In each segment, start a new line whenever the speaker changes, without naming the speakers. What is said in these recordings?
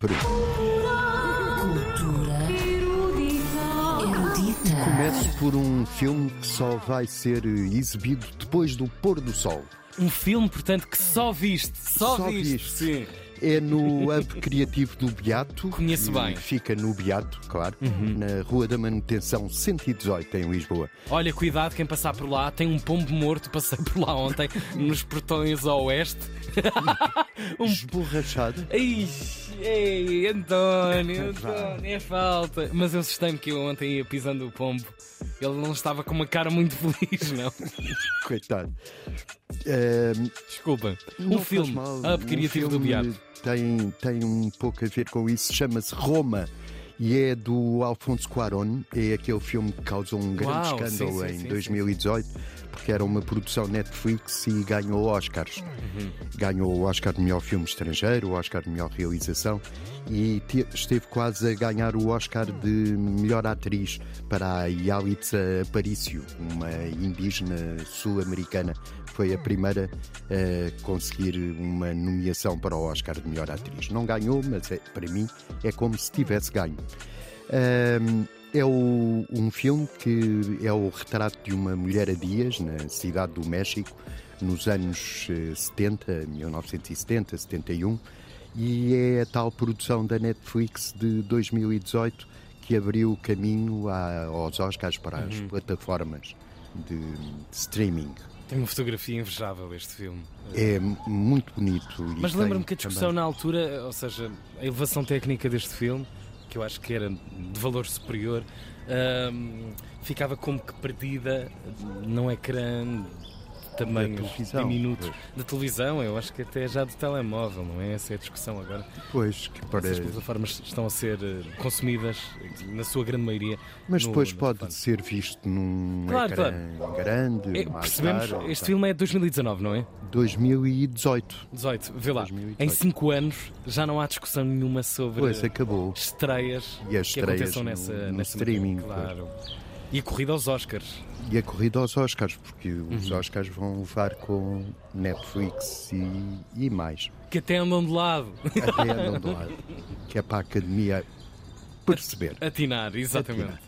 Peru.
Cultura erudita.
Começo por um filme que só vai ser eh, exibido depois do pôr do sol.
Um filme, portanto, que só viste. Só,
Só
viste.
viste.
Sim.
É no Hub Criativo do Beato.
Conheço
que
bem. Uhum.
Fica no Beato, claro, na Rua da Manutenção 118, em Lisboa.
Olha, cuidado, quem passar por lá tem um pombo morto. Passei por lá ontem, nos portões a oeste. Um
Esborrachado.
Ei, ei, António, António, é falta. Mas eu assustei-me que eu ontem ia pisando o pombo. Ele não estava com uma cara muito feliz, não.
Coitado. Eh, Ahm,
Desculpa.
não
Um
faz
filme,
mal, Um
Up Criativo do
filme
Beato.
Tem, tem um pouco a ver com isso. Chama-se Roma. E é do Alfonso Cuarón, é aquele filme que causou um grande
Uau, sim,
escândalo
sim,
em
sim, sim,
2018, porque era uma produção Netflix e ganhou Oscars. Ganhou o Oscar de melhor filme estrangeiro, o Oscar de melhor realização e te- esteve quase a ganhar o Oscar de melhor atriz para a Yalitza Aparicio, uma indígena sul-americana. Foi a primeira a conseguir uma nomeação para o Oscar de melhor atriz. Não ganhou, mas é- para mim é como se tivesse ganho. Ahm, é o- um filme que é o retrato de uma mulher a dias na cidade do México nos anos eh, 70, 1970, 71, e é a tal produção da Netflix de 2018 que abriu o caminho à- aos Oscars para as
Uhum.
plataformas de streaming.
Tem uma fotografia invejável este filme.
É m- muito bonito. e
Mas
tem
lembro-me que a discussão
também-
na altura, ou seja, a elevação técnica deste filme, que eu acho que era de valor superior, ahm, ficava como que perdida num ecrã de tamanhos
televisão,
diminutos
pois.
da televisão, eu acho que até já do telemóvel, não é? Essa é a discussão agora.
Pois, que para...
Essas plataformas estão a ser eh, consumidas, eh, na sua grande maioria.
Mas
no-
depois
no
pode
telefone.
ser visto num
Claro,
ecrã grande. um
Eh,
mais tá.
percebemos,
tarde,
este filme é de 2019, não é?
2018.
18, vê lá.
2018.
Em 5 anos já não há discussão nenhuma sobre.
Pois acabou.
estreias
E as
que
estreias
aconteçam
no-
nessa,
no
nessa
streaming,
claro. E a corrida aos Oscars.
E a corrida aos Oscars, porque os Oscars vão levar com Netflix e, e mais.
Que até andam de lado.
Até andam de lado. Que é para a academia perceber.
Atinar, exatamente.
Atinar.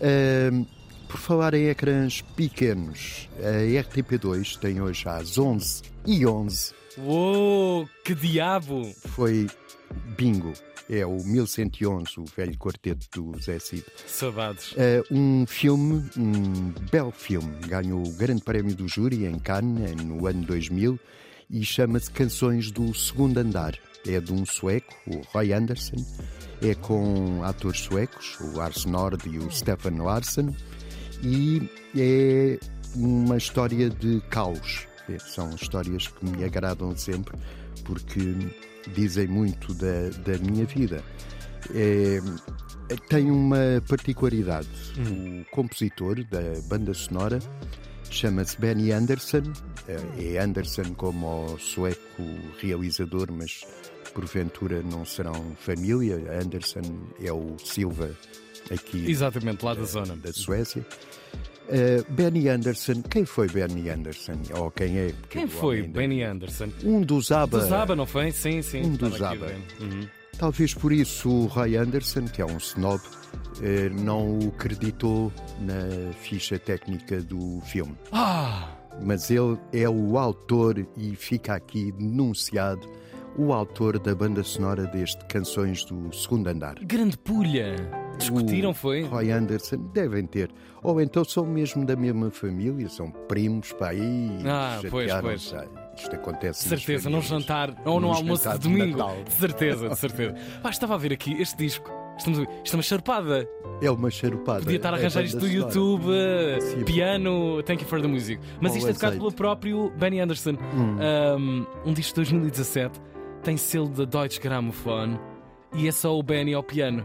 Ahm, por falar em ecrãs pequenos, a RTP2 tem hoje às 11 e 11
Uou, que diabo!
foi bingo. É o 1111, o velho quarteto do Zé Cid.
Saudades.
Uh, um filme, um belo filme, ganhou o Grande Prémio do Júri em Cannes eh, no ano 2000 e chama-se Canções do Segundo Andar. É de um sueco, o Roy Anderson, é com atores suecos, o Ars Nord e o Stefan Larsson, e é uma história de caos. É, São histórias que me agradam sempre porque dizem muito da, da minha vida. É, tem uma particularidade. O compositor da banda sonora chama-se Benny Anderson. Eh, É Anderson como o sueco realizador, mas porventura não serão família. Anderson é o Silva aqui
Exatamente, lá da zona.
da Suécia. Eh, Benny Anderson, quem foi Benny Anderson? Ou quem é? Porque
Quem
o
foi?
homem ainda-
Benny Anderson.
Um dos ABBA.
Do Zaba, não foi? Sim, sim.
Um do
estava aqui
Zaba.
vendo. Uhum.
Talvez por isso o Ray Anderson, que é um snob, eh, não o acreditou na ficha técnica do filme.
Ah!
Mas ele é o autor, e fica aqui denunciado, o autor da banda sonora deste Canções do Segundo Andar.
Grande pulha! Discutiram,
O
foi?
Roy Anderson, devem ter. Ou então são mesmo da mesma família, são primos para aí. e
Ah, pois,
chatearam-se. Ah, Isto acontece.
De
nas
certeza, num
famílias.
jantar ou num
Num
almoço
jantar
de
de
domingo.
Natal.
De certeza, de certeza. Pá, estava a ver aqui este disco. Estamos a... Isto é uma charpada.
É uma charupada.
Podia estar a
É
arranjar
banda
isto do
sonora.
YouTube, eh,
Sim.
piano, thank you for the music. Mas
Ou
isto é tocado
azeite.
pelo próprio Benny Anderson.
Hum.
Um, um disco de 2017 tem selo da Deutsche Grammophon e é só o Benny ao piano.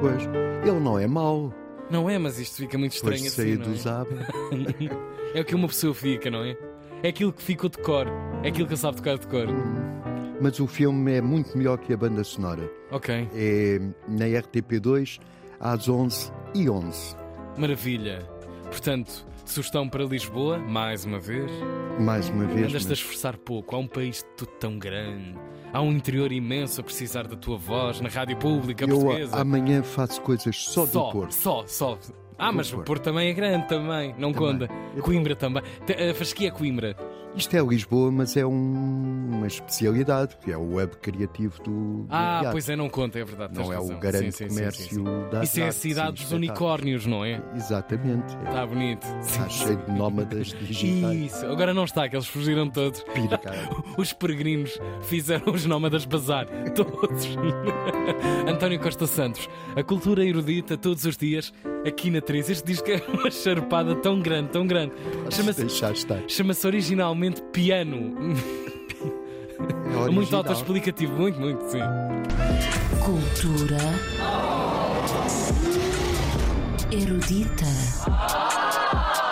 Pois, ele não é mau.
Não é, mas isto fica muito
Depois
estranho
de
assim.
sair
Não
do
é?
Zab.
é o que uma pessoa fica, não é? É aquilo que ficou de cor. É aquilo que ele sabe tocar de cor.
Hum. Mas o filme é muito melhor que a banda sonora.
Ok,
É na RTP2 às 11 e 11.
maravilha. Portanto, Sugestão para Lisboa, mais uma vez.
Mais uma vez.
Andas-te a
mas-
esforçar pouco. Há um país tudo tão grande. Há um interior imenso a precisar da tua voz na rádio pública
Eu
é portuguesa.
amanhã faço coisas só,
só,
do Porto.
só, só. Ah,
Do
mas o
Porto.
Porto também é grande, também. Não
Também.
conta. Coimbra também. Te- A Fasquia é Coimbra.
Isto é Lisboa, mas é um- uma especialidade, que é o web criativo do.
Ah,
do
pois é, não conta, é verdade. tens
Não é
razão.
o grande
Sim, sim, sim,
comércio
sim, sim.
da
Isso
arte, sim,
é a
tá.
cidade dos
espetáculo.
unicórnios, não é?
Exatamente. É.
Está bonito.
Está cheio de nómadas digitais.
Isso, agora não está, que eles fugiram todos.
Pira, cara.
Os peregrinos fizeram os nómadas bazar. Todos. António Costa Santos, a cultura erudita todos os dias, aqui na 3. Este diz que é uma charpada tão grande, tão grande. Chama-se
Deixar estar.
chama-se originalmente piano.
É
Muito
original.
autoexplicativo, muito, muito, sim.
Cultura erudita.